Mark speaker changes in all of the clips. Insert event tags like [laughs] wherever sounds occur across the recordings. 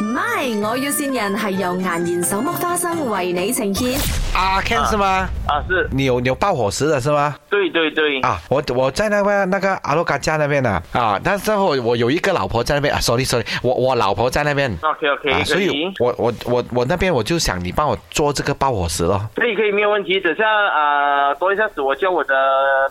Speaker 1: MY，我要線人係由顏然手剝花生為你呈現。
Speaker 2: 啊，Ken 是吗？
Speaker 3: 啊，是
Speaker 2: 你有你有爆火石的是吗？
Speaker 3: 对对对，
Speaker 2: 啊，我我在那边那个阿罗嘎家那边呢、啊，但是我我有一个老婆在那边啊，sorry sorry，我我老婆在那边。
Speaker 3: OK OK，、
Speaker 2: 啊，
Speaker 3: 可
Speaker 2: 所
Speaker 3: 以
Speaker 2: 以我我我我那边我就想你帮我做这个爆火石咯。
Speaker 3: 可以可以没有问题。等下啊、呃多一下子我叫我的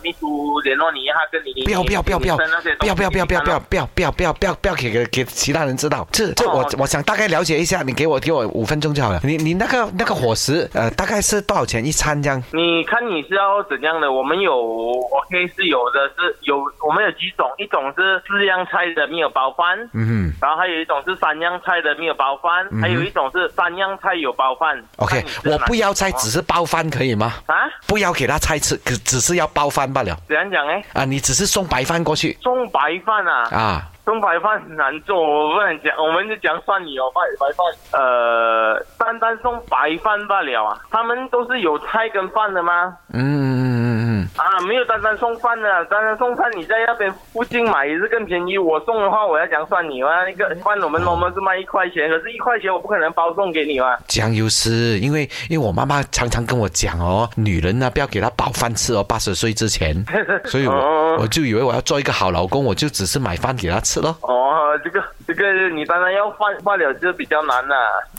Speaker 3: 秘书联络你一下，跟你
Speaker 2: 不要不要不要不要
Speaker 3: 跟你分那些
Speaker 2: 不要不要不要不要不要不要不要不要不要不要给给给其他人知道。这这我
Speaker 3: 哦
Speaker 2: 我想大概了解一下，你给我给我五分钟就好了。你你那个那个伙食呃大概是多少钱一餐这样？
Speaker 3: 你看你是要怎样的？我们有 OK 是有的是有，我们有几种，一种是四样菜的没有包饭，
Speaker 2: 嗯
Speaker 3: 然后还有一种是三样菜的没有包饭，还有一种是三样菜有包饭。
Speaker 2: 哼，OK，
Speaker 3: 看你是
Speaker 2: 我
Speaker 3: 哪
Speaker 2: 不要
Speaker 3: 一种
Speaker 2: 菜，
Speaker 3: 哦
Speaker 2: 只是包饭可以吗？
Speaker 3: 啊？
Speaker 2: 不要给他菜吃，可只是要包饭罢了。
Speaker 3: 怎样讲哎？
Speaker 2: 啊，你只是送白饭过去
Speaker 3: 中白饭啊，
Speaker 2: 啊，
Speaker 3: 中白饭很难做，我不能讲，我们就讲蒜泥哦，白白饭，呃，单单送白饭罢了啊，他们都是有菜跟饭的吗？
Speaker 2: 嗯嗯嗯嗯
Speaker 3: 啊，没有单单送饭的，啊单单送饭你在那边附近买也是更便宜。我送的话，我要讲蒜泥嘛，一个饭我们 normal 是卖一块钱，可是一块钱我不可能包送给你嘛。
Speaker 2: 嗯，酱油是因为因为我妈妈常常跟我讲哦，女人呢、不要给她饱饭吃哦，八十岁之
Speaker 3: [laughs]
Speaker 2: 前，所以我
Speaker 3: 哦
Speaker 2: 我就以为我要做一个好老公，我就只是买饭给她吃咯。
Speaker 3: 哦，这个这个你当然要饭饭了就比较难了、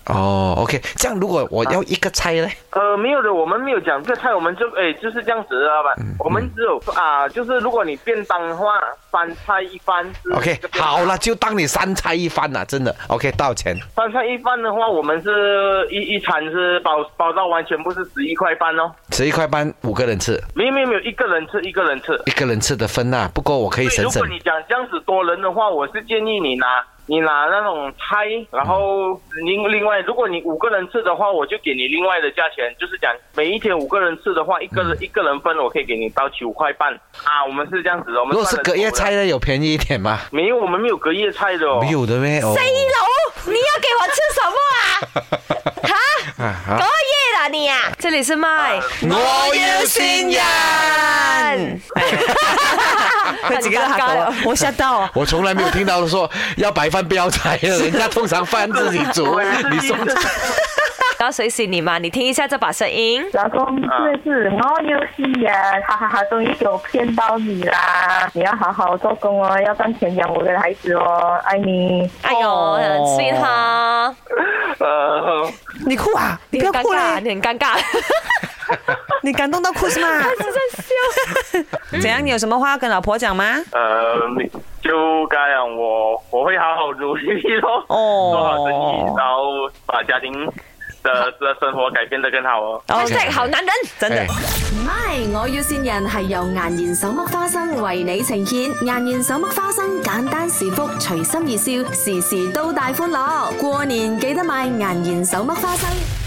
Speaker 2: 哦，OK，这样如果我要一个菜呢？
Speaker 3: 呃，没有的，我们没有讲这个菜，我们就哎就是这样子的，老板。
Speaker 2: 嗯
Speaker 3: 我们只有啊、就是如果你便当的话，三菜一饭是
Speaker 2: OK，
Speaker 3: 这个便当
Speaker 2: 好了，。就当你三菜一饭啦，真的。OK，多少钱？
Speaker 3: 三菜一饭的话，我们是一一餐是包包到完全部是十一块半哦。
Speaker 2: 十一块半，五个人吃，
Speaker 3: 没有没有没有，一个人吃一个人吃。
Speaker 2: 一个人吃的分啦、不过我可以
Speaker 3: 对，
Speaker 2: 省
Speaker 3: 如
Speaker 2: 省
Speaker 3: 果。你讲这样子多人的话，我是建议你拿你拿那种菜，然后另另外，如果你五个人吃的话，我就给你另外的价钱，就是讲每一天五个人吃的话，一个
Speaker 2: 嗯
Speaker 3: 人、一个人分，我可以给你到九块半啊。我们是这样子的，我们
Speaker 2: 如果是
Speaker 3: 算得
Speaker 2: 隔夜
Speaker 3: 多的
Speaker 2: 菜，呢，有便宜一点吗？
Speaker 3: 没有，我们没有隔夜菜的哦。
Speaker 2: 没有的咩？哦
Speaker 4: 死，佬，你要给我吃什么啊？哈，
Speaker 2: 啊啊！
Speaker 4: 隔夜啦你啊！这里是
Speaker 1: 哎
Speaker 2: 哎
Speaker 4: 麦，
Speaker 2: 我要先
Speaker 4: [laughs] 人，
Speaker 5: 佢自己都嚇到啊，我 shut
Speaker 2: 我从来没有听到说要白饭不要菜的，人家通常饭自己
Speaker 5: [laughs]
Speaker 2: 煮，啊你送
Speaker 4: 然后谁是你嘛？你听一下这把声音，
Speaker 6: 老公，是不是我有心人，哈哈哈，终于有骗到你啦！你要好好做工哦，要赚钱养我的孩子哦，爱你。
Speaker 4: 哎呦，很 sweet 哈，
Speaker 3: [laughs] 呃，
Speaker 5: 你哭啊？哦你不
Speaker 4: 很
Speaker 5: 要
Speaker 4: 尴
Speaker 5: 哭
Speaker 4: 尬，
Speaker 5: 嘞，
Speaker 4: 你很尴尬，
Speaker 5: 你感动到
Speaker 4: [laughs]
Speaker 5: 哭 [laughs] 是吗？怎样？你有什么话要跟老婆讲吗？
Speaker 3: 呃，你就该讲我我会好好努力咯，
Speaker 5: 哦
Speaker 3: 做好生意，然后把家庭的的生活改变得更好哦。
Speaker 5: 哦，
Speaker 4: 真 [laughs] 好男人。
Speaker 5: 真的
Speaker 2: 哎。
Speaker 1: MY，我要線人係由顏然手剝花生為你呈現。顏然手剝花生，簡單是福，隨心而笑，時時都大歡樂。過年記得買顏然手剝花生。